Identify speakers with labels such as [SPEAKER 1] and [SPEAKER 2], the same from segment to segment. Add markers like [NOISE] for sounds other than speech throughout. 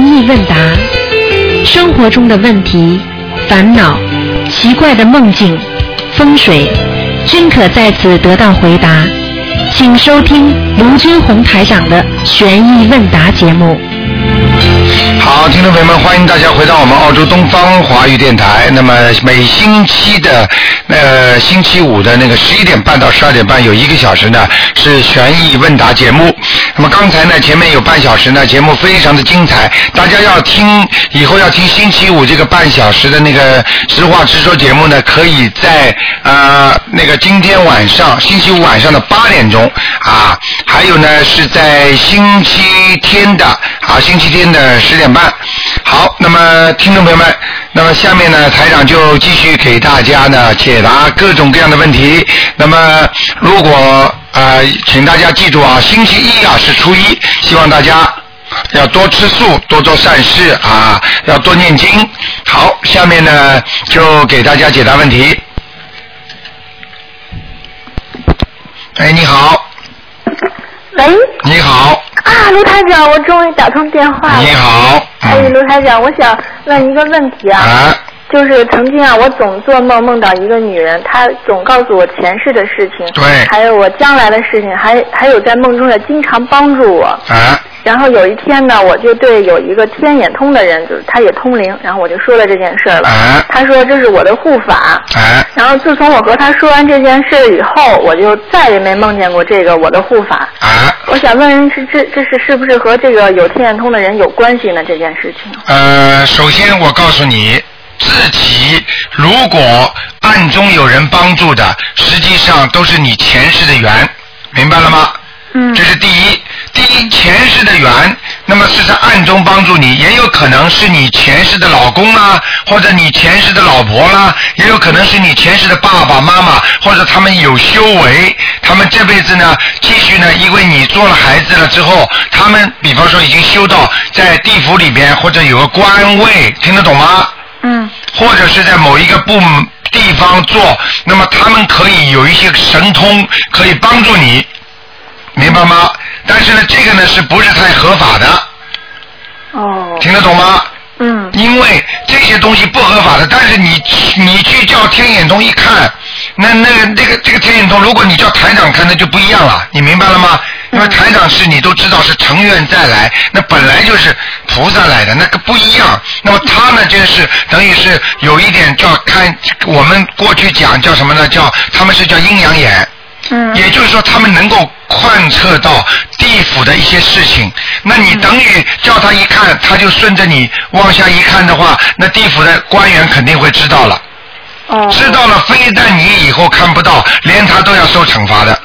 [SPEAKER 1] 意问答，生活中的问题、烦恼、奇怪的梦境、风水，均可在此得到回答。请收听卢军红台长的《悬疑问答》节目。
[SPEAKER 2] 好，听众朋友们，欢迎大家回到我们澳洲东方华语电台。那么每星期的呃星期五的那个十一点半到十二点半有一个小时呢是悬疑问答节目。那么刚才呢前面有半小时呢节目非常的精彩，大家要听以后要听星期五这个半小时的那个实话直说节目呢，可以在呃那个今天晚上星期五晚上的八点钟啊，还有呢是在星期天的啊星期天的十点半。好，那么听众朋友们，那么下面呢，台长就继续给大家呢解答各种各样的问题。那么如果呃，请大家记住啊，星期一啊是初一，希望大家要多吃素，多做善事啊，要多念经。好，下面呢就给大家解答问题。哎，你好，
[SPEAKER 3] 喂，
[SPEAKER 2] 你好，
[SPEAKER 3] 啊，卢台长，我终于打通电话
[SPEAKER 2] 你
[SPEAKER 3] 了。
[SPEAKER 2] 好，
[SPEAKER 3] 哎，
[SPEAKER 2] 嗯，
[SPEAKER 3] 卢台长，我想问一个问题啊，
[SPEAKER 2] 啊，
[SPEAKER 3] 就是曾经啊，我总做梦梦到一个女人，她总告诉我前世的事情，
[SPEAKER 2] 对
[SPEAKER 3] 还有我将来的事情，还还有在梦中也经常帮助我。
[SPEAKER 2] 啊，
[SPEAKER 3] 然后有一天呢，我就对有一个天眼通的人，就是他也通灵，然后我就说了这件事儿了。
[SPEAKER 2] 啊，
[SPEAKER 3] 他说这是我的护法。
[SPEAKER 2] 啊，
[SPEAKER 3] 然后自从我和他说完这件事儿以后，我就再也没梦见过这个我的护法。
[SPEAKER 2] 啊。
[SPEAKER 3] 我想问，是这这是是不是和这个有天眼通的人有关系呢？这件事情
[SPEAKER 2] 呃，首先我告诉你，自己如果暗中有人帮助的，实际上都是你前世的缘，明白了吗？
[SPEAKER 3] 嗯
[SPEAKER 2] 这是第一，第一前世的缘，那么是在暗中帮助你，也有可能是你前世的老公啦，或者你前世的老婆啦，也有可能是你前世的爸爸妈妈，或者他们有修为，他们这辈子呢继续呢，因为你做了孩子了之后，他们比方说已经修到在地府里边或者有个官位，听得懂吗？
[SPEAKER 3] 嗯
[SPEAKER 2] 或者是在某一个部门地方做，那么他们可以有一些神通，可以帮助你，明白吗？但是呢，这个呢是不是太合法的？
[SPEAKER 3] 哦
[SPEAKER 2] 听得懂吗？
[SPEAKER 3] 嗯
[SPEAKER 2] 因为这些东西不合法的，但是你去你去叫天眼通一看，那那个那个这个天眼通，如果你叫台长看，那就不一样了，你明白了吗？因为台长是你都知道是成愿再来，那本来就是菩萨来的，那个不一样。那么他呢，就是等于是有一点叫看，我们过去讲叫什么呢？叫他们是叫阴阳眼。
[SPEAKER 3] 嗯
[SPEAKER 2] 也就是说，他们能够贯彻到地府的一些事情。那
[SPEAKER 3] 嗯
[SPEAKER 2] 你等于叫他一看，他就顺着你往下一看的话，那地府的官员肯定会知道了。
[SPEAKER 3] 哦
[SPEAKER 2] 知道了，非但你以后看不到，连他都要受惩罚的。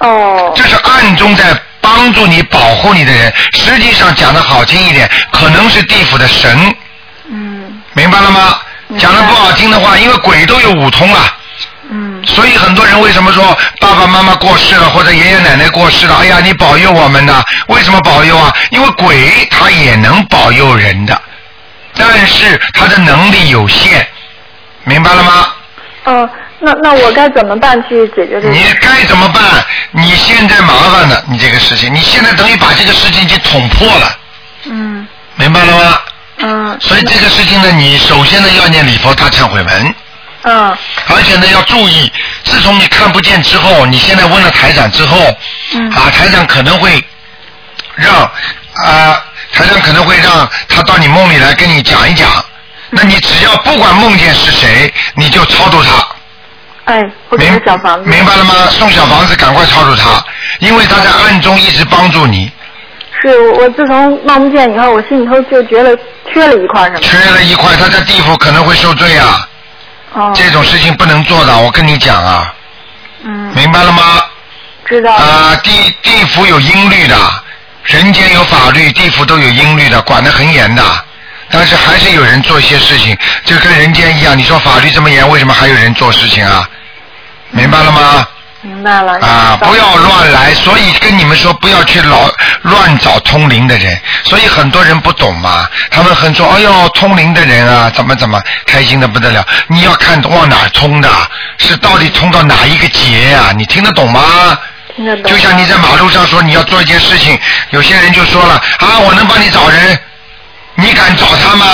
[SPEAKER 3] 哦
[SPEAKER 2] 这是暗中在帮助你、保护你的人。实际上讲的好听一点，可能是地府的神，
[SPEAKER 3] 嗯
[SPEAKER 2] 明白了吗？
[SPEAKER 3] 明白
[SPEAKER 2] 讲的不好听的话，因为鬼都有五通啊。
[SPEAKER 3] 嗯
[SPEAKER 2] 所以很多人为什么说爸爸妈妈过世了或者爷爷奶奶过世了，哎呀，你保佑我们呐？为什么保佑啊？因为鬼他也能保佑人的，但是他的能力有限，明白了吗？
[SPEAKER 3] 哦，那那我该怎么办去解决这个？
[SPEAKER 2] 你该怎么办？你现在麻烦了，你这个事情，你现在等于把这个事情已经捅破了，
[SPEAKER 3] 嗯
[SPEAKER 2] 明白了吗？
[SPEAKER 3] 嗯
[SPEAKER 2] 所以这个事情呢，你首先呢要念礼佛大忏悔文，
[SPEAKER 3] 嗯
[SPEAKER 2] 而且呢要注意，自从你看不见之后，你现在问了台长之后，
[SPEAKER 3] 嗯
[SPEAKER 2] 啊，台长可能会让啊、台长可能会让他到你梦里来跟你讲一讲。那你只要不管梦见是谁，你就超度他，
[SPEAKER 3] 哎，我给
[SPEAKER 2] 明
[SPEAKER 3] 他小房子嗯
[SPEAKER 2] 明白了吗？送小房子，赶快超度他，因为他在暗中一直帮助你，
[SPEAKER 3] 是我我自从梦不见以后，我心里头就觉得缺了一块什么。
[SPEAKER 2] 缺了一块，他在地府可能会受罪啊，
[SPEAKER 3] 哦
[SPEAKER 2] 这种事情不能做的，我跟你讲啊，
[SPEAKER 3] 嗯
[SPEAKER 2] 明白了吗？
[SPEAKER 3] 知道了
[SPEAKER 2] 啊，地地府有音律的，人间有法律，地府都有音律的，管得很严的。但是还是有人做一些事情，就跟人间一样。你说法律这么严，为什么还有人做事情啊？明白了吗？
[SPEAKER 3] 明白了
[SPEAKER 2] 啊，
[SPEAKER 3] 知道
[SPEAKER 2] 不
[SPEAKER 3] 了
[SPEAKER 2] 要乱来。所以跟你们说，不要去老乱找通灵的人。所以很多人不懂嘛，他们很说，哎呦，通灵的人啊，怎么怎么开心的不得了。你要看往哪儿通的，是到底通到哪一个结啊？你听得懂吗？
[SPEAKER 3] 听得懂。
[SPEAKER 2] 就像你在马路上说你要做一件事情，有些人就说了啊，我能帮你找人，你敢找他吗？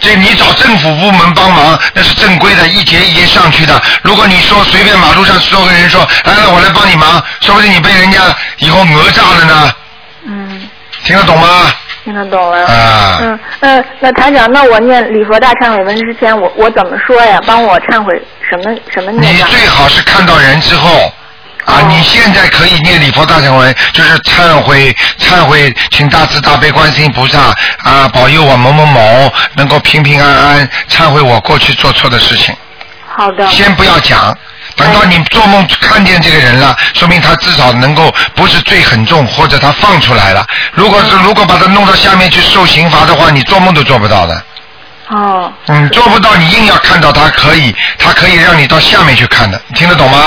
[SPEAKER 2] 这你找政府部门帮忙，那是正规的，一节一节上去的。如果你说随便马路上说个人说，来来，我来帮你忙，说不定你被人家以后讹诈了呢。
[SPEAKER 3] 嗯，
[SPEAKER 2] 听得懂吗？
[SPEAKER 3] 听得懂了。
[SPEAKER 2] 啊
[SPEAKER 3] 嗯，那那台长，那我念礼佛大忏悔文之前，我我怎么说呀？帮我忏悔什么什么
[SPEAKER 2] 你
[SPEAKER 3] 念呀？
[SPEAKER 2] 最好是看到人之后。啊，
[SPEAKER 3] 嗯哦
[SPEAKER 2] 你现在可以念礼佛大忏文，就是忏悔、忏悔，请大慈大悲观世音菩萨啊保佑我某某某能够平平安安，忏悔我过去做错的事情。
[SPEAKER 3] 好的，
[SPEAKER 2] 先不要讲，等到你做梦看见这个人了，说明他至少能够不是罪很重，或者他放出来了。如果是如果把他弄到下面去受刑罚的话，你做梦都做不到的。
[SPEAKER 3] 哦，
[SPEAKER 2] 嗯，做不到，你硬要看到他可以，他可以让你到下面去看的，你听得懂吗？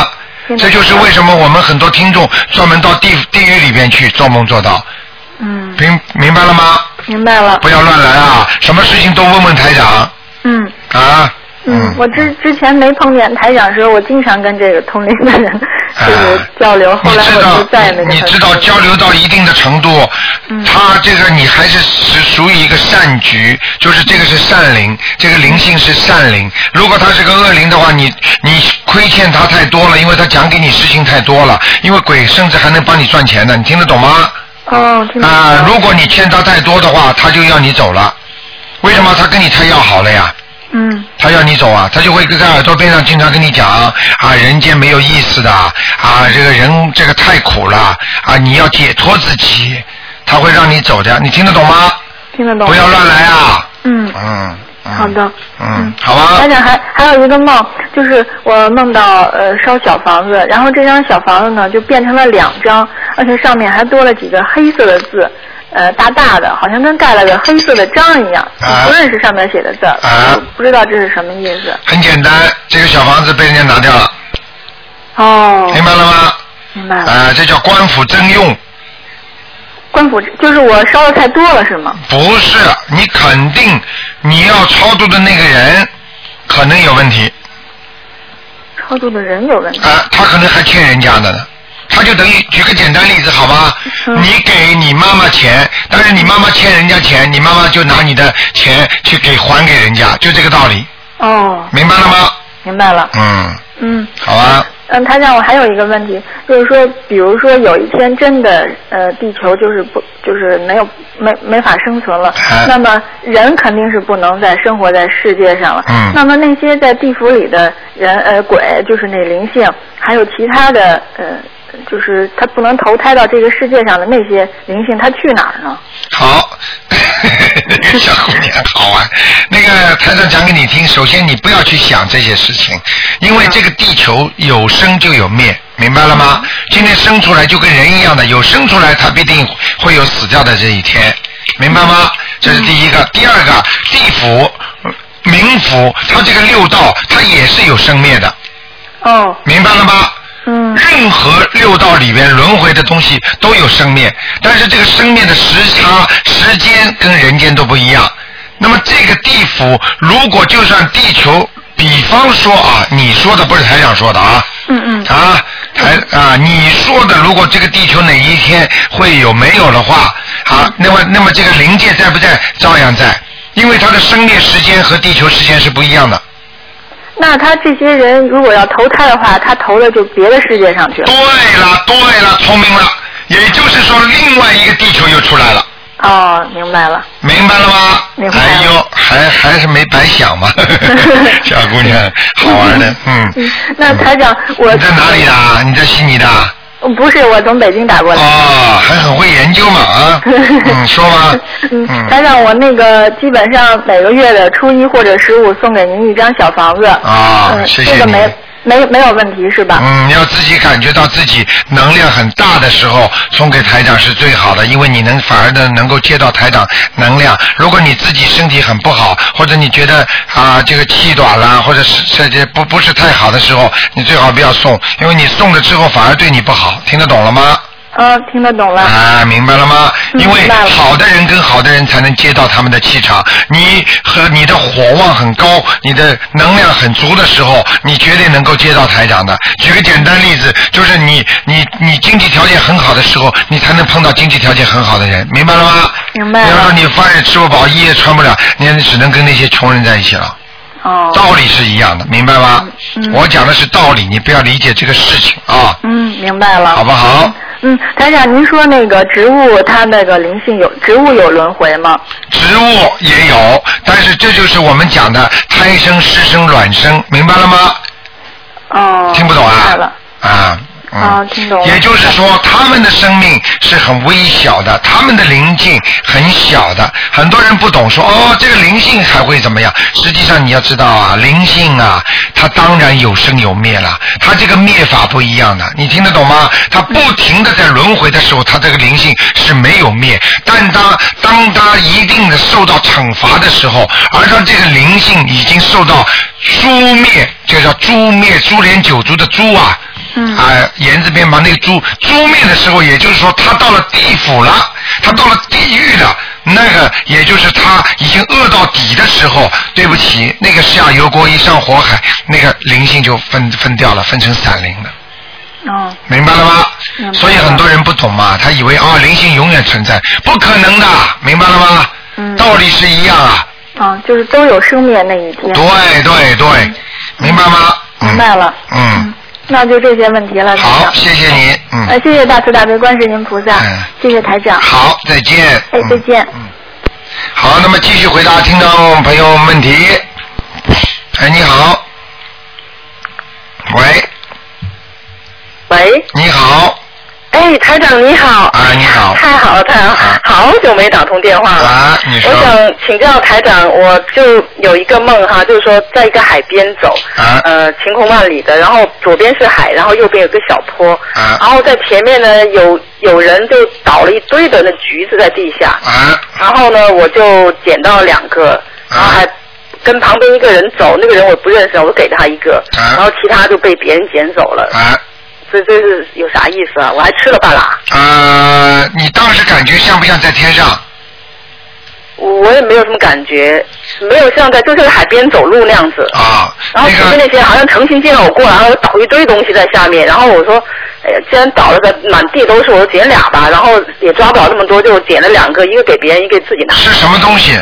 [SPEAKER 3] 听得
[SPEAKER 2] 这
[SPEAKER 3] 懂
[SPEAKER 2] 就是为什么我们很多听众专门到地地狱里边去做梦做到，
[SPEAKER 3] 嗯，
[SPEAKER 2] 明明白了吗？
[SPEAKER 3] 明白了。
[SPEAKER 2] 不要乱来啊，什么事情都问问台长
[SPEAKER 3] 嗯。
[SPEAKER 2] 啊。
[SPEAKER 3] 嗯，我之之前没碰见台长的时候，我经常跟这个同龄的人就是
[SPEAKER 2] 啊
[SPEAKER 3] 交流，后
[SPEAKER 2] 你
[SPEAKER 3] 来
[SPEAKER 2] 知
[SPEAKER 3] 我
[SPEAKER 2] 道
[SPEAKER 3] 就再也没跟
[SPEAKER 2] 你
[SPEAKER 3] 他
[SPEAKER 2] 知道
[SPEAKER 3] 说过
[SPEAKER 2] 交流到一定的程度，
[SPEAKER 3] 嗯
[SPEAKER 2] 他这个你还是是属于一个善局，就是这个是善灵，这个灵性是善灵。如果他是个恶灵的话，你你亏欠他太多了，因为他讲给你事情太多了，因为鬼甚至还能帮你赚钱呢，你听得懂吗？
[SPEAKER 3] 哦，听
[SPEAKER 2] 啊、
[SPEAKER 3] 得懂
[SPEAKER 2] 如果你欠他太多的话，他就要你走了。为什么他跟你太要好了呀？
[SPEAKER 3] 嗯
[SPEAKER 2] 他要你走啊，他就会在耳朵边上经常跟你讲啊，人间没有意思的啊，这个人这个太苦了啊，你要解脱自己，他会让你走的，你听得懂吗？
[SPEAKER 3] 听得懂，
[SPEAKER 2] 不要乱来啊！
[SPEAKER 3] 嗯。
[SPEAKER 2] 嗯，嗯
[SPEAKER 3] 好的，
[SPEAKER 2] 嗯
[SPEAKER 3] 嗯，
[SPEAKER 2] 好吧
[SPEAKER 3] 台，长还还有一个梦，就是我梦到呃烧小房子，然后这张小房子呢就变成了两张，而且上面还多了几个黑色的字，呃大大的，好像跟盖了个黑色的章一样，
[SPEAKER 2] 啊
[SPEAKER 3] 我不认识上面写的字，
[SPEAKER 2] 啊
[SPEAKER 3] 我不知道这是什么意思。
[SPEAKER 2] 很简单，这个小房子被人家拿掉了，
[SPEAKER 3] 哦，嗯
[SPEAKER 2] 明白了吗？
[SPEAKER 3] 明白
[SPEAKER 2] 哎啊、
[SPEAKER 3] 了。
[SPEAKER 2] 这叫官府征用，
[SPEAKER 3] 官府就是我烧的太多了是吗？
[SPEAKER 2] 不是你肯定你要超度的那个人可能有问题，
[SPEAKER 3] 超度的人有问题。
[SPEAKER 2] 啊，他可能还欠人家的呢。他就等于举个简单例子好吗？
[SPEAKER 3] 嗯
[SPEAKER 2] 你给你妈妈钱，但是你妈妈欠人家钱，你妈妈就拿你的钱去给还给人家，就这个道理，
[SPEAKER 3] 哦，
[SPEAKER 2] 明白了吗？
[SPEAKER 3] 明白了。
[SPEAKER 2] 嗯，
[SPEAKER 3] 嗯。
[SPEAKER 2] 好啊。
[SPEAKER 3] 嗯，台长，我还有一个问题，就是说，比如说有一天真的，呃，地球就是不，就是没有没没法生存了，
[SPEAKER 2] 哎
[SPEAKER 3] 那么人肯定是不能再生活在世界上了。
[SPEAKER 2] 嗯
[SPEAKER 3] 那么那些在地府里的人，呃，鬼，就是那灵性，还有其他的，呃，就是他不能投胎到这个世界上的那些灵性，他去哪儿呢？
[SPEAKER 2] 好， [LAUGHS] 小姑娘好玩。那个台长讲给你听，首先你不要去想这些事情，因为这个地球有生就有灭，明白了吗？今天生出来就跟人一样的，有生出来它必定会有死掉的这一天，明白吗？这是第一个，第二个，地府、冥府，它这个六道它也是有生灭的，
[SPEAKER 3] 哦，
[SPEAKER 2] 明白了吗？
[SPEAKER 3] 嗯，
[SPEAKER 2] 任何六道里边轮回的东西都有生灭，但是这个生灭的时差、时间跟人间都不一样。那么这个地府，如果就算地球，比方说啊，你说的不是台长说的啊，
[SPEAKER 3] 嗯嗯，
[SPEAKER 2] 啊，台啊，你说的，如果这个地球哪一天会有没有的话，啊，那么那么这个灵界在不在？照样在，因为它的生灭时间和地球时间是不一样的。
[SPEAKER 3] 那他这些人如果要投胎的话，他投的就别的世界上去了
[SPEAKER 2] 对。了，对了，聪明了，也就是说，另外一个地球又出来了，
[SPEAKER 3] 哦，明白了。
[SPEAKER 2] 明白了吗？
[SPEAKER 3] 明白了
[SPEAKER 2] 哎呦，还还是没白想
[SPEAKER 3] [LAUGHS]
[SPEAKER 2] 嘛，小姑娘，好玩的，嗯。
[SPEAKER 3] 嗯， [LAUGHS] 那台长，我嗯
[SPEAKER 2] 你在哪里的啊？你在悉尼的啊？
[SPEAKER 3] 不是，我从北京打过来。嗯
[SPEAKER 2] 哦，还很会研究嘛啊？嗯，说吧。
[SPEAKER 3] [LAUGHS] 嗯，
[SPEAKER 2] 嗯。
[SPEAKER 3] 台长，我那个基本上每个月的初一或者十五送给您一张小房子。
[SPEAKER 2] 啊
[SPEAKER 3] 嗯，
[SPEAKER 2] 谢谢
[SPEAKER 3] 这个
[SPEAKER 2] 你
[SPEAKER 3] 没没没有问题是吧？
[SPEAKER 2] 嗯，要自己感觉到自己能量很大的时候，送给台长是最好的，因为你能反而的能够接到台长能量。如果你自己身体很不好，或者你觉得啊、这个气短啦，或者是这些不不是太好的时候，你最好不要送，因为你送了之后反而对你不好，听得懂了吗？
[SPEAKER 3] 嗯，听得懂了。
[SPEAKER 2] 啊，明白了吗？
[SPEAKER 3] 嗯
[SPEAKER 2] 因为
[SPEAKER 3] 明白了
[SPEAKER 2] 好的人跟好的人才能接到他们的气场。你和你的火旺很高，你的能量很足的时候，你绝对能够接到台长的。举个简单例子，就是你你你经济条件很好的时候，你才能碰到经济条件很好的人，明白了吗？
[SPEAKER 3] 明白了
[SPEAKER 2] 比方说你饭也吃不饱，衣也穿不了，你只能跟那些穷人在一起了。
[SPEAKER 3] 哦。
[SPEAKER 2] 道理是一样的，明白吗？
[SPEAKER 3] 嗯嗯
[SPEAKER 2] 我讲的是道理，你不要理解这个事情啊，
[SPEAKER 3] 嗯，明白了。
[SPEAKER 2] 好不好？
[SPEAKER 3] 嗯，台长，您说那个植物它那个灵性有植物有轮回吗？
[SPEAKER 2] 植物也有，但是这就是我们讲的胎生、湿生、卵生，明白了吗？
[SPEAKER 3] 哦。
[SPEAKER 2] 听不懂
[SPEAKER 3] 明
[SPEAKER 2] 啊
[SPEAKER 3] 白了。？
[SPEAKER 2] 啊。嗯、
[SPEAKER 3] 啊听懂了
[SPEAKER 2] 也就是说，他们的生命是很微小的，他们的灵性很小的。很多人不懂说，哦，这个灵性还会怎么样？实际上你要知道啊，灵性啊，它当然有生有灭了，它这个灭法不一样的。你听得懂吗？它不停的在轮回的时候，它这个灵性是没有灭，但当当它一定的受到惩罚的时候，而它这个灵性已经受到诛灭，这叫诛灭，株连九族的诛啊。
[SPEAKER 3] 嗯
[SPEAKER 2] 啊、言字边旁那个诛，诛灭的时候，也就是说他到了地府了，他到了地狱了，那个也就是他已经饿到底的时候，对不起，那个下油锅一上火海，那个灵性就分分掉了，分成散灵了。
[SPEAKER 3] 哦，
[SPEAKER 2] 明白了吗
[SPEAKER 3] 明白？了
[SPEAKER 2] 所以很多人不懂嘛，他以为啊、灵性永远存在，不可能的，明白了吗？
[SPEAKER 3] 嗯
[SPEAKER 2] 道理是一样啊，
[SPEAKER 3] 啊，就是都有生灭那一天。
[SPEAKER 2] 对对对，明白吗？嗯
[SPEAKER 3] 嗯明白了。嗯
[SPEAKER 2] 嗯，
[SPEAKER 3] 那就这些问题了，台
[SPEAKER 2] 好，
[SPEAKER 3] 长。
[SPEAKER 2] 谢谢你，嗯。
[SPEAKER 3] 呃，谢谢大慈大悲观世音菩萨
[SPEAKER 2] 嗯，
[SPEAKER 3] 谢谢台长。
[SPEAKER 2] 好，再见。
[SPEAKER 3] 哎再见
[SPEAKER 2] 嗯。嗯好，那么继续回答听众朋友问题。哎，你好。喂，
[SPEAKER 4] 喂，
[SPEAKER 2] 你好。
[SPEAKER 4] 哎，台长你好。
[SPEAKER 2] 啊，你好。
[SPEAKER 4] 太好了，太好
[SPEAKER 2] 啊
[SPEAKER 4] 了，好久没打通电话了。
[SPEAKER 2] 啊你说
[SPEAKER 4] 我想请教台长，我就有一个梦哈，就是说在一个海边走，
[SPEAKER 2] 啊
[SPEAKER 4] 呃，晴空万里的，然后左边是海，然后右边有个小坡，
[SPEAKER 2] 啊
[SPEAKER 4] 然后在前面呢有有人就倒了一堆的那橘子在地下，
[SPEAKER 2] 啊
[SPEAKER 4] 然后呢我就捡到两个，然后还跟旁边一个人走，那个人我不认识，我给他一个，
[SPEAKER 2] 啊
[SPEAKER 4] 然后其他就被别人捡走了。
[SPEAKER 2] 啊
[SPEAKER 4] 这这是有啥意思啊？我还吃了半拉，
[SPEAKER 2] 呃，你当时感觉像不像在天上？
[SPEAKER 4] 我也没有什么感觉，没有像在就像海边走路那样子。
[SPEAKER 2] 啊，
[SPEAKER 4] 然
[SPEAKER 2] 那
[SPEAKER 4] 后前面那
[SPEAKER 2] 个
[SPEAKER 4] 些好像诚心见我过来，然后倒一堆东西在下面，然后我说，哎呀，既然倒了个满地都是，我就捡俩吧，然后也抓不了那么多，就捡了两个，一个给别人，一个给自己拿。
[SPEAKER 2] 是什么东西？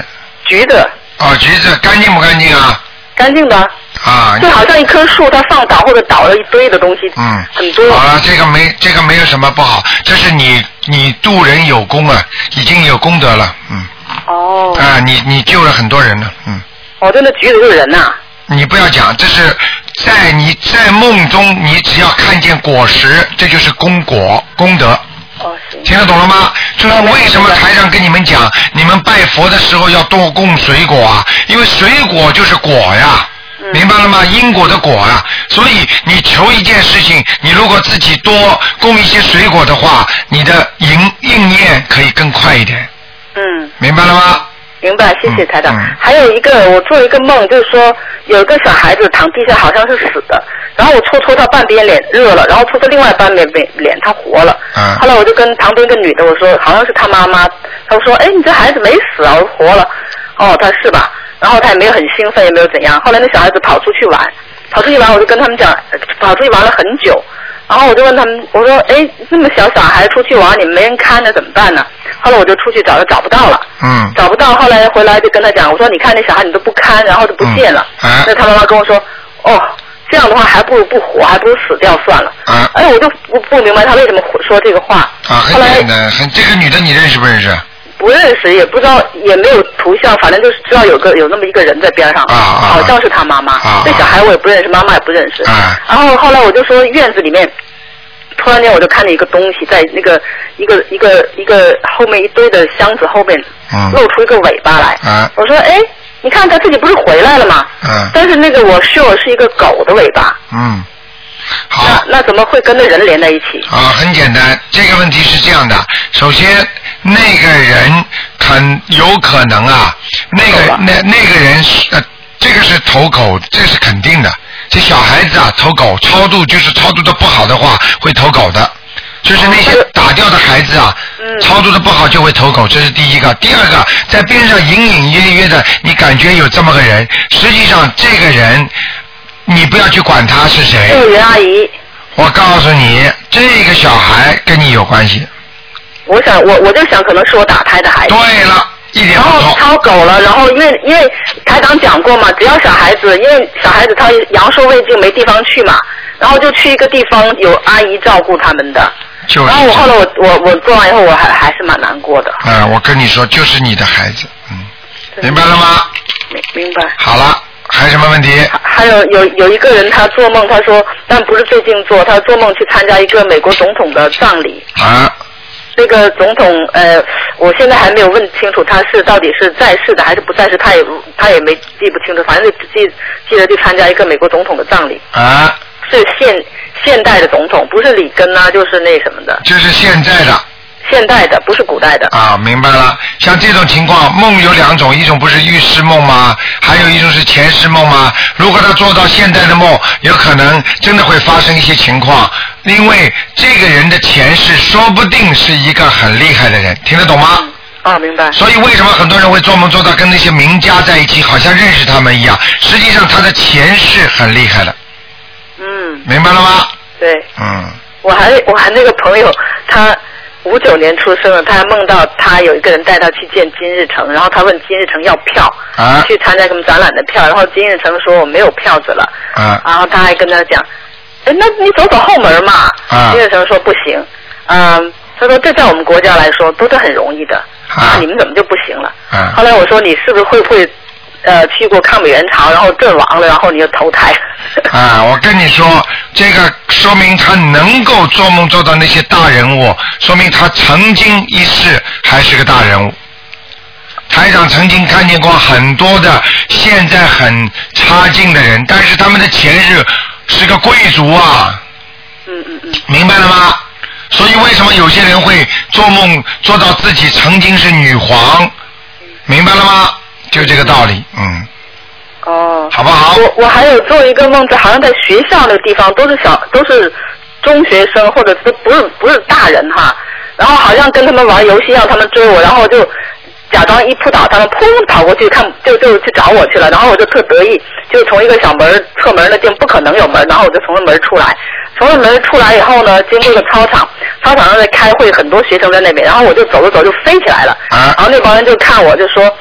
[SPEAKER 4] 橘子，
[SPEAKER 2] 啊，橘子干净不干净啊？
[SPEAKER 4] 干净的，
[SPEAKER 2] 啊，
[SPEAKER 4] 就好像一棵树，它放倒或者倒了一堆的东西，
[SPEAKER 2] 嗯，
[SPEAKER 4] 很多。
[SPEAKER 2] 好了，这个没这个没有什么不好，这是你你渡人有功啊，已经有功德了，嗯。
[SPEAKER 4] 哦，
[SPEAKER 2] 啊，你你救了很多人了，嗯，
[SPEAKER 4] 哦，真的橘子就是人呐、
[SPEAKER 2] 你不要讲，这是在你在梦中，你只要看见果实，这就是功果功德，
[SPEAKER 4] 哦，行。
[SPEAKER 2] 听得懂了吗？就是为什么台上跟你们讲，你们拜佛的时候要多供水果啊，因为水果就是果呀。
[SPEAKER 4] 嗯
[SPEAKER 2] 明白了吗？因果的果啊，所以你求一件事情，你如果自己多供一些水果的话，你的应应验可以更快一点，
[SPEAKER 4] 嗯。
[SPEAKER 2] 明白了吗？
[SPEAKER 4] 明白，谢谢台长。
[SPEAKER 2] 嗯嗯
[SPEAKER 4] 还有一个，我做一个梦，就是说有一个小孩子躺地下，好像是死的，然后我搓搓他半边脸热了，然后搓搓另外半边脸脸他活了。
[SPEAKER 2] 嗯
[SPEAKER 4] 后来我就跟旁边一个女的我说，好像是她妈妈，她说，哎，你这孩子没死啊，我活了。哦，她说是吧？然后她也没有很兴奋，也没有怎样。后来那小孩子跑出去玩，跑出去玩，我就跟他们讲，呃跑出去玩了很久。然后我就问他们，我说，哎，这么小小孩出去玩，你们没人看着怎么办呢？后来我就出去找，找不到了。
[SPEAKER 2] 嗯。
[SPEAKER 4] 找不到，后来回来就跟他讲，我说你看那小孩你都不堪，然后就不见了。
[SPEAKER 2] 嗯啊
[SPEAKER 4] 那他妈妈跟我说，哦，这样的话还不如不活，还不如死掉算了。
[SPEAKER 2] 啊
[SPEAKER 4] 哎，我就不不明白他为什么说这个话。
[SPEAKER 2] 啊，
[SPEAKER 4] 后
[SPEAKER 2] 很
[SPEAKER 4] 来
[SPEAKER 2] 简单，很这个女的你认识不认识？
[SPEAKER 4] 不认识，也不知道，也没有图像，反正就是知道有个有那么一个人在边上，
[SPEAKER 2] 啊啊
[SPEAKER 4] 好像是他妈妈。
[SPEAKER 2] 啊
[SPEAKER 4] 这小孩我也不认识，妈妈也不认识。
[SPEAKER 2] 啊
[SPEAKER 4] 然后后来我就说院子里面，突然间我就看见一个东西在那个一个一个一个后面一堆的箱子后面
[SPEAKER 2] 嗯
[SPEAKER 4] 露出一个尾巴来。
[SPEAKER 2] 啊
[SPEAKER 4] [LAUGHS] 我说哎，你看它自己不是回来了吗？
[SPEAKER 2] 嗯
[SPEAKER 4] 但是那个我 sure 是一个狗的尾巴，
[SPEAKER 2] 嗯，好哦
[SPEAKER 4] 那那怎么会跟那人连在一起？
[SPEAKER 2] 啊，很简单。这个问题是这样的，首先那个人很有可能啊，那个
[SPEAKER 4] 吧
[SPEAKER 2] 那那个人是、呃、这个是投狗，这是肯定的。这小孩子啊，投狗超度就是超度的不好的话会投狗的，就是那些打掉的孩子啊，
[SPEAKER 4] 哦嗯
[SPEAKER 2] 操作的不好就会投狗，这是第一个。第二个，在边上隐隐约约的，你感觉有这么个人，实际上这个人，你不要去管他是谁。
[SPEAKER 4] 这个袁阿姨，
[SPEAKER 2] 我告诉你，这个小孩跟你有关系。
[SPEAKER 4] 我想我我就想可能是我打胎的孩子。
[SPEAKER 2] 对了，一点
[SPEAKER 4] 然
[SPEAKER 2] 不
[SPEAKER 4] 后
[SPEAKER 2] 错。
[SPEAKER 4] 超狗了，然后因为因为台长讲过嘛，只要小孩子，因为小孩子他阳寿未尽没地方去嘛，然后就去一个地方有阿姨照顾他们的。
[SPEAKER 2] 就是
[SPEAKER 4] 然后
[SPEAKER 2] 这
[SPEAKER 4] 哦我后
[SPEAKER 2] 样。
[SPEAKER 4] 来我我我做完以后我还还是蛮难过的，
[SPEAKER 2] 啊、我跟你说，就是你的孩子，嗯，明白了吗？
[SPEAKER 4] 明明白。
[SPEAKER 2] 好了，还有什么问题？
[SPEAKER 4] 还还有有有一个人他做梦，他说，但不是最近做，他做梦去参加一个美国总统的葬礼，
[SPEAKER 2] 啊，
[SPEAKER 4] 那个总统，呃，我现在还没有问清楚他是到底是在世的还是不在世，他也他也没记不清楚，反正就记记得去参加一个美国总统的葬礼，
[SPEAKER 2] 啊，
[SPEAKER 4] 是现现代的总统，不是里根呐、就是那什么的，
[SPEAKER 2] 这是现在的
[SPEAKER 4] 现代的，不是古代的。
[SPEAKER 2] 啊，明白了。像这种情况，梦有两种，一种不是预示梦吗？还有一种是前世梦吗？如果他做到现在的梦，有可能真的会发生一些情况，因为这个人的前世说不定是一个很厉害的人，听得懂吗？
[SPEAKER 4] 啊，明白。
[SPEAKER 2] 所以为什么很多人会做梦做到跟那些名家在一起，好像认识他们一样？实际上他的前世很厉害的，
[SPEAKER 4] 嗯，
[SPEAKER 2] 明白了吗？
[SPEAKER 4] 对，
[SPEAKER 2] 嗯，
[SPEAKER 4] 我还我还那个朋友，他五九年出生的，他还梦到他有一个人带他去见金日成，然后他问金日成要票，
[SPEAKER 2] 啊
[SPEAKER 4] 去参加什么展览的票，然后金日成说我没有票子了，
[SPEAKER 2] 啊
[SPEAKER 4] 然后他还跟他讲，哎，那你走走后门嘛。
[SPEAKER 2] 啊
[SPEAKER 4] 金日成说不行，嗯，他说这在我们国家来说都是很容易的，
[SPEAKER 2] 啊
[SPEAKER 4] 那你们怎么就不行了？
[SPEAKER 2] 啊
[SPEAKER 4] 后来我说你是不是会不会呃去过抗美援朝，然后阵亡了，然后你就投胎？
[SPEAKER 2] 啊，我跟你说，这个说明他能够做梦做到那些大人物，说明他曾经一世还是个大人物。台长曾经看见过很多的现在很差劲的人，但是他们的前世是个贵族啊，
[SPEAKER 4] 嗯嗯嗯，
[SPEAKER 2] 明白了吗？所以为什么有些人会做梦做到自己曾经是女皇，明白了吗？就这个道理，嗯，
[SPEAKER 4] 哦。
[SPEAKER 2] 好不好？
[SPEAKER 4] 我我还有做一个梦，这好像在学校那个地方都是小都是中学生，或者是不是不是大人哈。然后好像跟他们玩游戏，让他们追我，然后我就假装一扑倒他们，砰跑过去看，就就去找我去了。然后我就特得意，就从一个小门儿侧门儿那进，不可能有门儿，然后我就从那门儿出来。从那门儿出来以后呢，经过了操场，操场上在开会，很多学生在那边，然后我就走着走就飞起来了。
[SPEAKER 2] 啊
[SPEAKER 4] 然后那帮人就看我，就说：“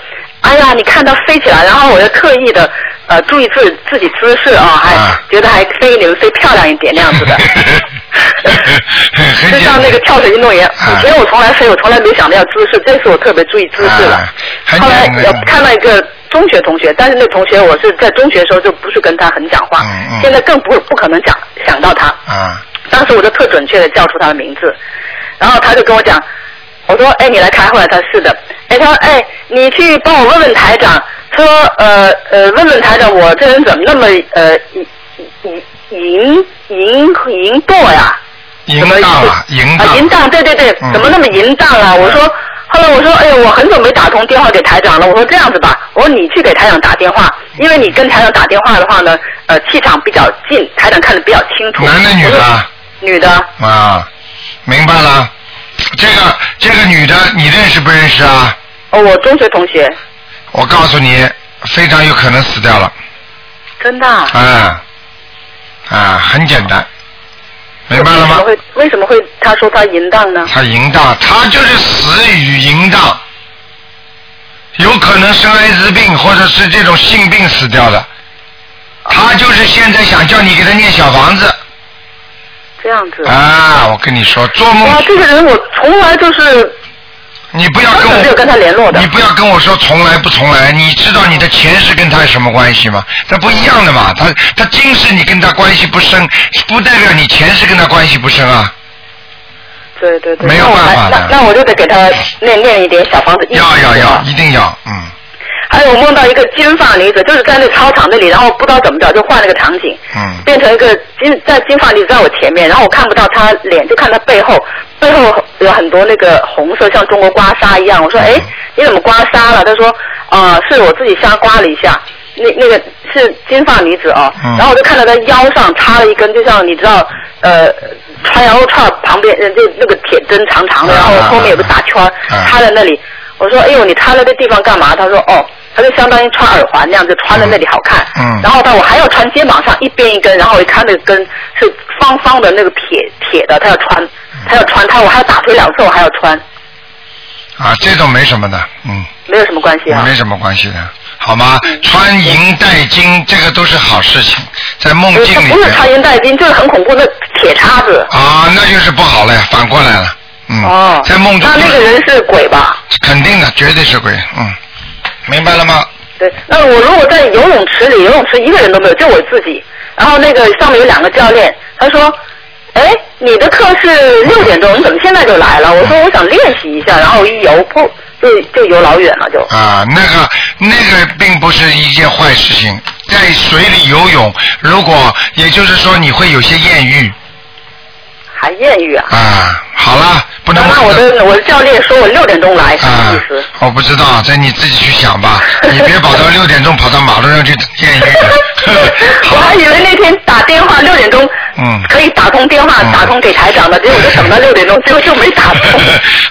[SPEAKER 4] 哎呀，你看它飞起来。”然后我就特意的呃注意自自己姿势啊，还、
[SPEAKER 2] 啊。
[SPEAKER 4] 觉得还飞你们飞漂亮一点那样子的
[SPEAKER 2] 很 [LAUGHS]
[SPEAKER 4] 就像那个跳水运动员，
[SPEAKER 2] 啊
[SPEAKER 4] 以前我从来飞，我从来没想到要姿势，这次我特别注意姿势了。
[SPEAKER 2] 啊很
[SPEAKER 4] 后来
[SPEAKER 2] 简单
[SPEAKER 4] 有看到一个中学同学，但是那同学我是在中学的时候就不是跟他很讲话，
[SPEAKER 2] 嗯嗯
[SPEAKER 4] 现在更不不可能讲想到他。
[SPEAKER 2] 啊
[SPEAKER 4] 当时我就特准确的叫出他的名字，然后他就跟我讲，我说，哎，你来开会啊？他说是的，哎，他说，哎，你去帮我问问台长，说，呃呃，问问台长，我这人怎么那么呃淫淫淫淫惰呀？
[SPEAKER 2] 淫荡了，淫荡
[SPEAKER 4] 啊，淫荡，对对对，
[SPEAKER 2] 嗯
[SPEAKER 4] 怎么那么淫荡啊？我说，后来我说，哎呦，我很久没打通电话给台长了。我说这样子吧，我说你去给台长打电话，因为你跟台长打电话的话呢，呃，气场比较近，台长看得比较清楚。
[SPEAKER 2] 男的女的啊？
[SPEAKER 4] 女的，
[SPEAKER 2] 啊，明白了。这个这个女的你认识不认识啊？
[SPEAKER 4] 哦，我中学同学，
[SPEAKER 2] 我告诉你，非常有可能死掉了。
[SPEAKER 4] 真的啊。
[SPEAKER 2] 啊啊，很简单，明白了
[SPEAKER 4] 为什
[SPEAKER 2] 吗
[SPEAKER 4] 么？会为什么会他说他淫荡呢？
[SPEAKER 2] 他淫荡，他就是死于淫荡，有可能生艾滋病或者是这种性病死掉的。他就是现在想叫你给他念小房子
[SPEAKER 4] 这样子。
[SPEAKER 2] 啊！我跟你说，做梦
[SPEAKER 4] 哇，这个人我从来就是
[SPEAKER 2] 你不要
[SPEAKER 4] 完
[SPEAKER 2] 跟
[SPEAKER 4] 全没有
[SPEAKER 2] 我
[SPEAKER 4] 跟他联络的
[SPEAKER 2] 你。不要跟我说从来不从来，你知道你的前世跟他有什么关系吗？他不一样的嘛，他他今世你跟他关系不深，不代表你前世跟他关系不深啊。
[SPEAKER 4] 对对对。
[SPEAKER 2] 没有
[SPEAKER 4] 那我
[SPEAKER 2] 办法
[SPEAKER 4] 还
[SPEAKER 2] 的
[SPEAKER 4] 那那我就得给他念念一点小房子。
[SPEAKER 2] 要要要，一定要，嗯，
[SPEAKER 4] 还有我梦到一个金发女子，就是在那操场那里，然后不知道怎么着就换了个场景，
[SPEAKER 2] 嗯
[SPEAKER 4] 变成一个金在金发女子在我前面，然后我看不到她脸，就看她背后，背后有很多那个红色，像中国刮痧一样。我说，哎，
[SPEAKER 2] 嗯
[SPEAKER 4] 你怎么刮痧了？她说，啊、是我自己瞎刮了一下。那那个是金发女子哦，
[SPEAKER 2] 嗯
[SPEAKER 4] 然后我就看到她腰上插了一根，就像你知道，
[SPEAKER 5] 呃穿羊肉串旁边呃就那个铁针长长的，
[SPEAKER 2] 啊
[SPEAKER 5] 然后后面有个打圈儿
[SPEAKER 2] 啊
[SPEAKER 5] 插在那里。我说哎呦，你插在这地方干嘛？他说哦，他就相当于穿耳环那样子穿在那里好看。
[SPEAKER 2] 嗯
[SPEAKER 5] 然后他我还要穿肩膀上一边一根，然后我一看那个根是方方的那个铁铁的，他要穿，
[SPEAKER 2] 嗯
[SPEAKER 5] 他要穿，他我还要打腿两侧，我还要穿，
[SPEAKER 2] 啊，这种没什么的，嗯，
[SPEAKER 5] 没有什么关系啊
[SPEAKER 2] 没。什么关系的，好吗？穿银戴金，这个都是好事情，在梦
[SPEAKER 5] 呃
[SPEAKER 2] 境
[SPEAKER 5] 他
[SPEAKER 2] 里
[SPEAKER 5] 不是
[SPEAKER 2] 面
[SPEAKER 5] 穿银戴金，就是很恐怖的铁叉子。
[SPEAKER 2] 啊，那就是不好了，反过来了，嗯，
[SPEAKER 5] 哦，
[SPEAKER 2] 在梦中
[SPEAKER 5] 那那个人是鬼吧？
[SPEAKER 2] 肯定的，绝对是鬼，嗯，明白了吗？
[SPEAKER 5] 对，那我如果在游泳池里，游泳池一个人都没有，就我自己。然后那个上面有两个教练，他说：“哎，你的课是六点钟，你怎么现在就来了？”我说：“我想练习一下。”然后一游，噗，就就游老远了，就。
[SPEAKER 2] 啊，那个那个并不是一件坏事情，在水里游泳，如果也就是说你会有些艳遇
[SPEAKER 5] 还艳遇啊？
[SPEAKER 2] 啊，好了，不能
[SPEAKER 5] 那那我的我的教练说我六点钟来，什么
[SPEAKER 2] 啊
[SPEAKER 5] 意
[SPEAKER 2] [LAUGHS]
[SPEAKER 5] 思？，
[SPEAKER 2] 我不知道，这你自己去想
[SPEAKER 4] [LAUGHS]
[SPEAKER 2] 吧，你别跑到六点钟跑到马路上去艳遇了
[SPEAKER 4] [LAUGHS]
[SPEAKER 5] 我还以为那天打电话六点钟，
[SPEAKER 2] 嗯
[SPEAKER 5] 可以打通电话、
[SPEAKER 2] 嗯。
[SPEAKER 5] 打通给台长的，结果就等到六点钟，结果就没打通，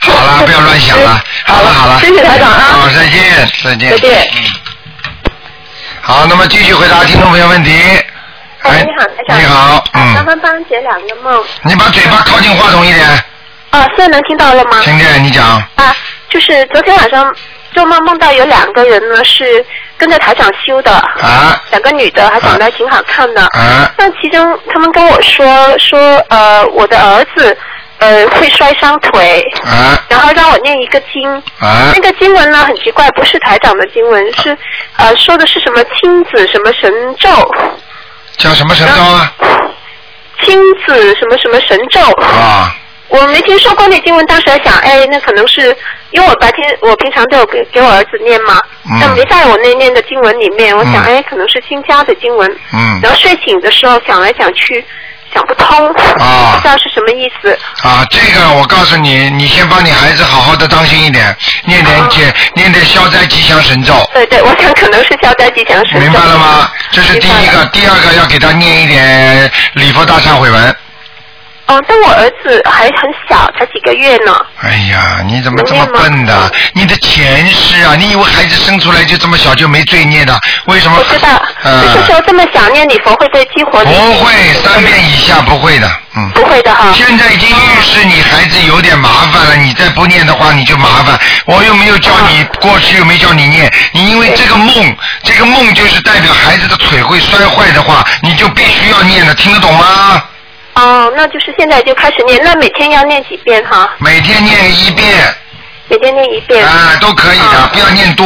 [SPEAKER 2] 好了，不要乱想了
[SPEAKER 5] [LAUGHS]
[SPEAKER 2] 好
[SPEAKER 5] 好
[SPEAKER 2] 了好了，
[SPEAKER 5] 谢谢台长
[SPEAKER 2] 好，
[SPEAKER 5] 啊，
[SPEAKER 2] 再见再见
[SPEAKER 5] 再见。
[SPEAKER 2] 嗯好，那么继续回答听众朋友问题。
[SPEAKER 4] 哎，你好，台长。
[SPEAKER 2] 你好，
[SPEAKER 4] 麻
[SPEAKER 2] 嗯，
[SPEAKER 4] 烦帮你解两个梦。
[SPEAKER 2] 你把嘴巴靠近话筒一点，
[SPEAKER 4] 哦，现在能听到了吗？
[SPEAKER 2] 听见你讲。
[SPEAKER 4] 啊，就是昨天晚上做梦梦到有两个人呢，是跟着台长修的，
[SPEAKER 2] 啊
[SPEAKER 4] 两个女的，还长得挺好看的。
[SPEAKER 2] 啊
[SPEAKER 4] 但其中他们跟我说说，呃，我的儿子呃会摔伤腿，
[SPEAKER 2] 啊
[SPEAKER 4] 然后让我念一个经。
[SPEAKER 2] 啊
[SPEAKER 4] 那个经文呢很奇怪，不是台长的经文，是呃说的是什么亲子什么神咒，
[SPEAKER 2] 叫什么神咒啊？
[SPEAKER 4] 亲子什么什么神咒。
[SPEAKER 2] 啊
[SPEAKER 4] 我没听说过那经文，当时还想，哎，那可能是因为我白天我平常都有给给我儿子念嘛，
[SPEAKER 2] 嗯
[SPEAKER 4] 但没在我那念的经文里面，我想，
[SPEAKER 2] 嗯
[SPEAKER 4] 哎，可能是新加的经文。
[SPEAKER 2] 嗯
[SPEAKER 4] 然后睡醒的时候想来想去，想不通，
[SPEAKER 2] 啊
[SPEAKER 4] [LAUGHS] 不知道是什么意思。
[SPEAKER 2] 啊！这个我告诉你，你先帮你孩子好好的当心一点，念点解念点消灾吉祥神咒，
[SPEAKER 4] 对对，我想可能是消灾吉祥神。
[SPEAKER 2] 明白了吗？这是第一
[SPEAKER 4] 明
[SPEAKER 2] 个
[SPEAKER 4] 白，
[SPEAKER 2] 第二个要给他念一点礼佛大忏悔文。
[SPEAKER 4] 哦，但我儿子还很小，才几个月呢。
[SPEAKER 2] 哎呀，你怎么这么笨
[SPEAKER 4] 能念吗
[SPEAKER 2] 的？你的前世啊，你以为孩子生出来就这么小就没罪孽的？为什么？
[SPEAKER 4] 我知道，就是
[SPEAKER 2] 呃
[SPEAKER 4] 说，这么想念礼佛会被激活。
[SPEAKER 2] 不会，三遍以下不会的，嗯。
[SPEAKER 4] 不会的哈。
[SPEAKER 2] 现在已经预示你孩子有点麻烦了，你再不念的话你就麻烦。我又没有叫
[SPEAKER 4] 啊
[SPEAKER 2] 你过去又没叫你念，你因为这个梦，这个梦就是代表孩子的腿会摔坏的话，你就必须要念的，听得懂吗？
[SPEAKER 4] 哦，那就是现在就开始念，那每天要念几遍哈？
[SPEAKER 2] 每天念一遍，
[SPEAKER 4] 每天念一遍。
[SPEAKER 2] 啊，都可以的，不要念多，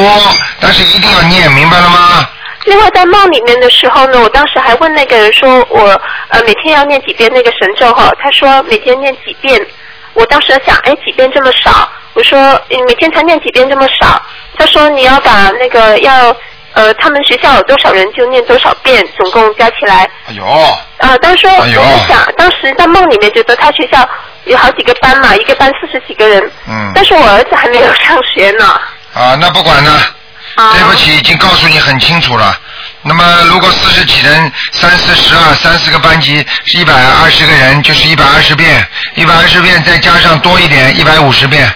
[SPEAKER 2] 但是一定要念，明白了
[SPEAKER 4] 啊
[SPEAKER 2] 吗？
[SPEAKER 4] 另外在梦里面的时候呢，我当时还问那个人说我呃每天要念几遍那个神咒哈，他说每天念几遍。我当时想，哎，几遍这么少？我说嗯每天才念几遍这么少？他说你要把那个要呃他们学校有多少人就念多少遍，总共加起来。
[SPEAKER 2] 哎呦，
[SPEAKER 4] 啊，当时我
[SPEAKER 2] 哎呦
[SPEAKER 4] 就想，当时在梦里面觉得他学校有好几个班嘛，一个班四十几个人，
[SPEAKER 2] 嗯
[SPEAKER 4] 但是我儿子还没有上学呢。
[SPEAKER 2] 啊，那不管了。
[SPEAKER 4] 啊，
[SPEAKER 2] 对不起，已经告诉你很清楚了。那么，如果四十几人，三四十二、三四个班级，是一百二十个人，就是一百二十遍，一百二十遍再加上多一点，一百五十遍，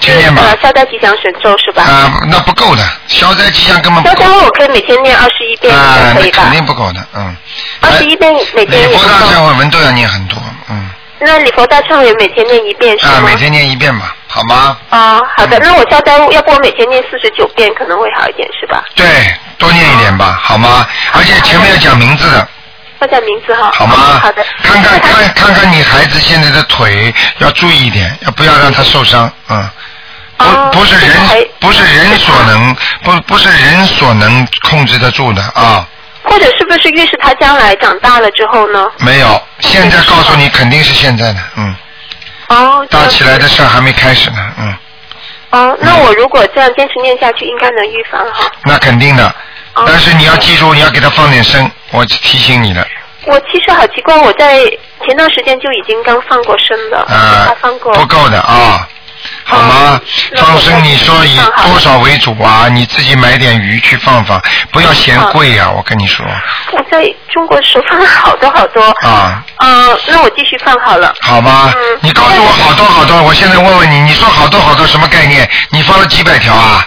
[SPEAKER 2] 听见吧？
[SPEAKER 4] 呃，消灾吉祥神咒是吧？
[SPEAKER 2] 啊、那不够的，消灾吉祥根本不
[SPEAKER 4] 消
[SPEAKER 2] 够
[SPEAKER 4] 灾我可以每天念二十一遍，
[SPEAKER 2] 哦啊，
[SPEAKER 4] 可
[SPEAKER 2] 那
[SPEAKER 4] 以
[SPEAKER 2] 肯
[SPEAKER 4] 吧？
[SPEAKER 2] 定不够的，嗯。
[SPEAKER 4] 二十一遍每天
[SPEAKER 2] 礼
[SPEAKER 4] 也
[SPEAKER 2] 佛
[SPEAKER 4] 不
[SPEAKER 2] 大忏
[SPEAKER 4] 够。
[SPEAKER 2] 悔文都要念很多，嗯，
[SPEAKER 4] 那礼佛大忏悔每天念一遍是
[SPEAKER 2] 啊，
[SPEAKER 4] 吗
[SPEAKER 2] 每？天嗯念一遍吧，好吗？
[SPEAKER 4] 啊，好的，那我消灾，要不我每天念四十九遍可能会好一点是吧？
[SPEAKER 2] 对，多念一点吧，好吗？而且前面要讲名字的，
[SPEAKER 4] 报下名字哈。
[SPEAKER 2] 好吗？
[SPEAKER 4] 好的。
[SPEAKER 2] 看看
[SPEAKER 4] 那他
[SPEAKER 2] 看看看你孩子现在的腿要注意一点，要不要让他受伤嗯。
[SPEAKER 4] 哦
[SPEAKER 2] 不不是
[SPEAKER 4] 这个还
[SPEAKER 2] 人不是人所能不不是人所能控制得住的啊，
[SPEAKER 4] 或者是不是预示他将来长大了之后呢？
[SPEAKER 2] 没有。现在告诉你，肯定是现在的，嗯，
[SPEAKER 4] 哦，这
[SPEAKER 2] 大
[SPEAKER 4] 样
[SPEAKER 2] 起
[SPEAKER 4] 子
[SPEAKER 2] 来的嗯事儿还没开始呢，嗯，
[SPEAKER 4] 哦，那我如果这样坚持念下去，应该能预防哈。
[SPEAKER 2] 那肯定的。
[SPEAKER 4] 哦
[SPEAKER 2] 但是你要记住，你要给他放点声，我提醒你了
[SPEAKER 4] 我其实好奇怪，我在前段时间就已经刚放过生了，
[SPEAKER 2] 啊
[SPEAKER 4] 他，放过。
[SPEAKER 2] 不够的啊，好好吗？
[SPEAKER 4] 那我
[SPEAKER 2] 放生你说以
[SPEAKER 4] 放好
[SPEAKER 2] 多少为主啊？你自己买点鱼去放放，不要嫌贵啊！我跟你说
[SPEAKER 4] 我在中国时候放了好多好多。
[SPEAKER 2] 啊，
[SPEAKER 4] 嗯、那我继续放好了。
[SPEAKER 2] 好吗
[SPEAKER 4] 嗯？
[SPEAKER 2] 你告诉我好多好多，我现在问问你，你说好多好多什么概念？你放了几百条啊？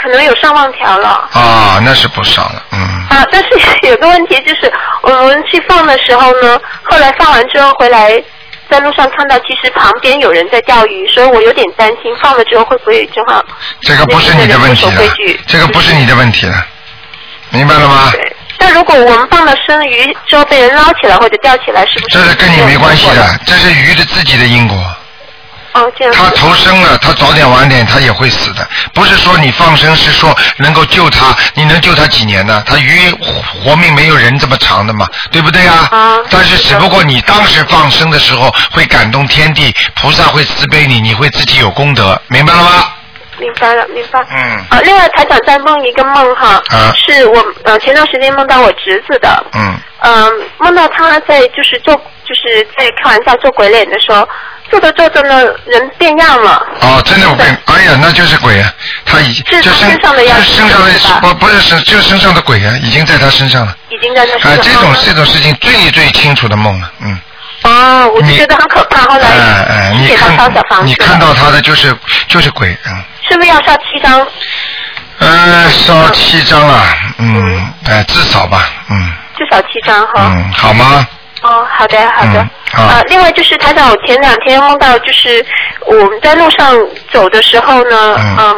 [SPEAKER 4] 可能有上万条了。
[SPEAKER 2] 啊，那是不少了，嗯。
[SPEAKER 4] 啊，但是 [LAUGHS] 有个问题就是，我们去放的时候呢，后来放完之后回来，在路上看到其实旁边有人在钓鱼，所以我有点担心放了之后会不会正好
[SPEAKER 2] 这个不是你的问题了
[SPEAKER 4] 那个人不守规矩，
[SPEAKER 2] 这个不是你的问题了，明白了吗？
[SPEAKER 4] 对。但如果我们放了生鱼之后被人捞起来或者钓起来，是不是？
[SPEAKER 2] 这是跟你没关系。的，这是鱼的自己的因果。
[SPEAKER 4] 哦，这样子。
[SPEAKER 2] 它投生了，它早点晚点它也会死的。不是说你放生，是说能够救它，你能救它几年呢？它鱼活命没有人这么长的嘛，对不对啊？
[SPEAKER 4] 啊
[SPEAKER 2] 但是
[SPEAKER 4] 是的
[SPEAKER 2] 只不过你当时放生的时候会感动天地，菩萨会慈悲你，你会自己有功德，明白了吗？
[SPEAKER 4] 明白了，明白。
[SPEAKER 2] 嗯
[SPEAKER 4] 啊，另外台长在梦一个梦哈，
[SPEAKER 2] 啊
[SPEAKER 4] 是我呃前段时间梦到我侄子的，
[SPEAKER 2] 嗯，
[SPEAKER 4] 嗯、梦到他在就是做就是在开玩笑做鬼脸的时候，做着做着呢人变样了，
[SPEAKER 2] 哦，真的我跟，哎呀，那就是鬼啊！他已
[SPEAKER 4] 是
[SPEAKER 2] 就
[SPEAKER 4] 他
[SPEAKER 2] 身
[SPEAKER 4] 身上的
[SPEAKER 2] 就
[SPEAKER 4] 呀
[SPEAKER 2] 是身上的
[SPEAKER 4] 是吧
[SPEAKER 2] 不不是身就是身上的鬼啊，已经在他身上了。
[SPEAKER 4] 已经在那
[SPEAKER 2] 啊、
[SPEAKER 4] 身
[SPEAKER 2] 这
[SPEAKER 4] 上
[SPEAKER 2] 种
[SPEAKER 4] 了
[SPEAKER 2] 这种事情最最清楚的梦了，嗯。
[SPEAKER 4] 哦，我就
[SPEAKER 2] 你
[SPEAKER 4] 觉得很可怕，后
[SPEAKER 2] 哎哎
[SPEAKER 4] 来，
[SPEAKER 2] 你
[SPEAKER 4] 给他烧小
[SPEAKER 2] 看
[SPEAKER 4] 房子，
[SPEAKER 2] 你看到他的就是就是鬼，嗯，
[SPEAKER 4] 是不是要烧七张？
[SPEAKER 2] 呃，烧七张了，嗯，哎，至少吧，嗯
[SPEAKER 4] 至少七张哈。
[SPEAKER 2] 嗯，好吗？
[SPEAKER 4] 哦，好的，好的
[SPEAKER 2] 嗯。好
[SPEAKER 4] 呃，另外就是台长，我前两天梦到，就是我们在路上走的时候呢，
[SPEAKER 2] 嗯
[SPEAKER 4] 嗯。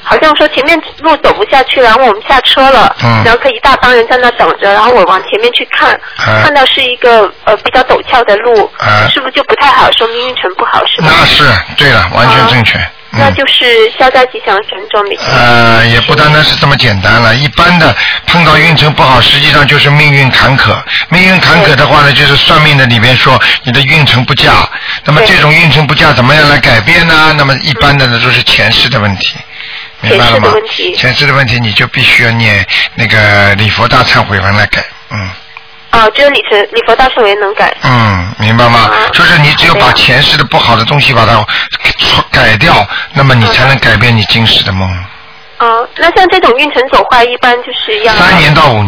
[SPEAKER 4] 好像说前面路走不下去了，然后我们下车了，
[SPEAKER 2] 嗯
[SPEAKER 4] 然后可以一大帮人在那等着，然后我往前面去看，
[SPEAKER 2] 哎
[SPEAKER 4] 看到是一个呃比较陡峭的路，
[SPEAKER 2] 哎
[SPEAKER 4] 是不是就不太好，说明运程不好是吧？
[SPEAKER 2] 那是对了，完全正确，嗯。
[SPEAKER 4] 那就是消灾吉祥神咒每天。
[SPEAKER 2] 呃，也不单单是这么简单了。一般的碰到运程不好，实际上就是命运坎坷。命运坎坷的话呢，就是算命的里边说你的运程不佳。那么
[SPEAKER 4] 对
[SPEAKER 2] 这种运程不佳怎么样来改变呢？那么一般的呢，就是前世的问题。明白了吗
[SPEAKER 4] 前世的问？题
[SPEAKER 2] 前世的问题，你就必须要念那个礼佛大忏悔文来改，嗯
[SPEAKER 4] 哦、只有礼佛礼佛大圣人能改。
[SPEAKER 2] 嗯，明白吗
[SPEAKER 4] 啊？
[SPEAKER 2] 就是你只有把
[SPEAKER 4] 好的
[SPEAKER 2] 前世的不好的东西把它改掉，那么你才能改变你今世的梦。
[SPEAKER 4] 啊嗯、那像这种运程走坏，一般就是要
[SPEAKER 2] 三年到五年。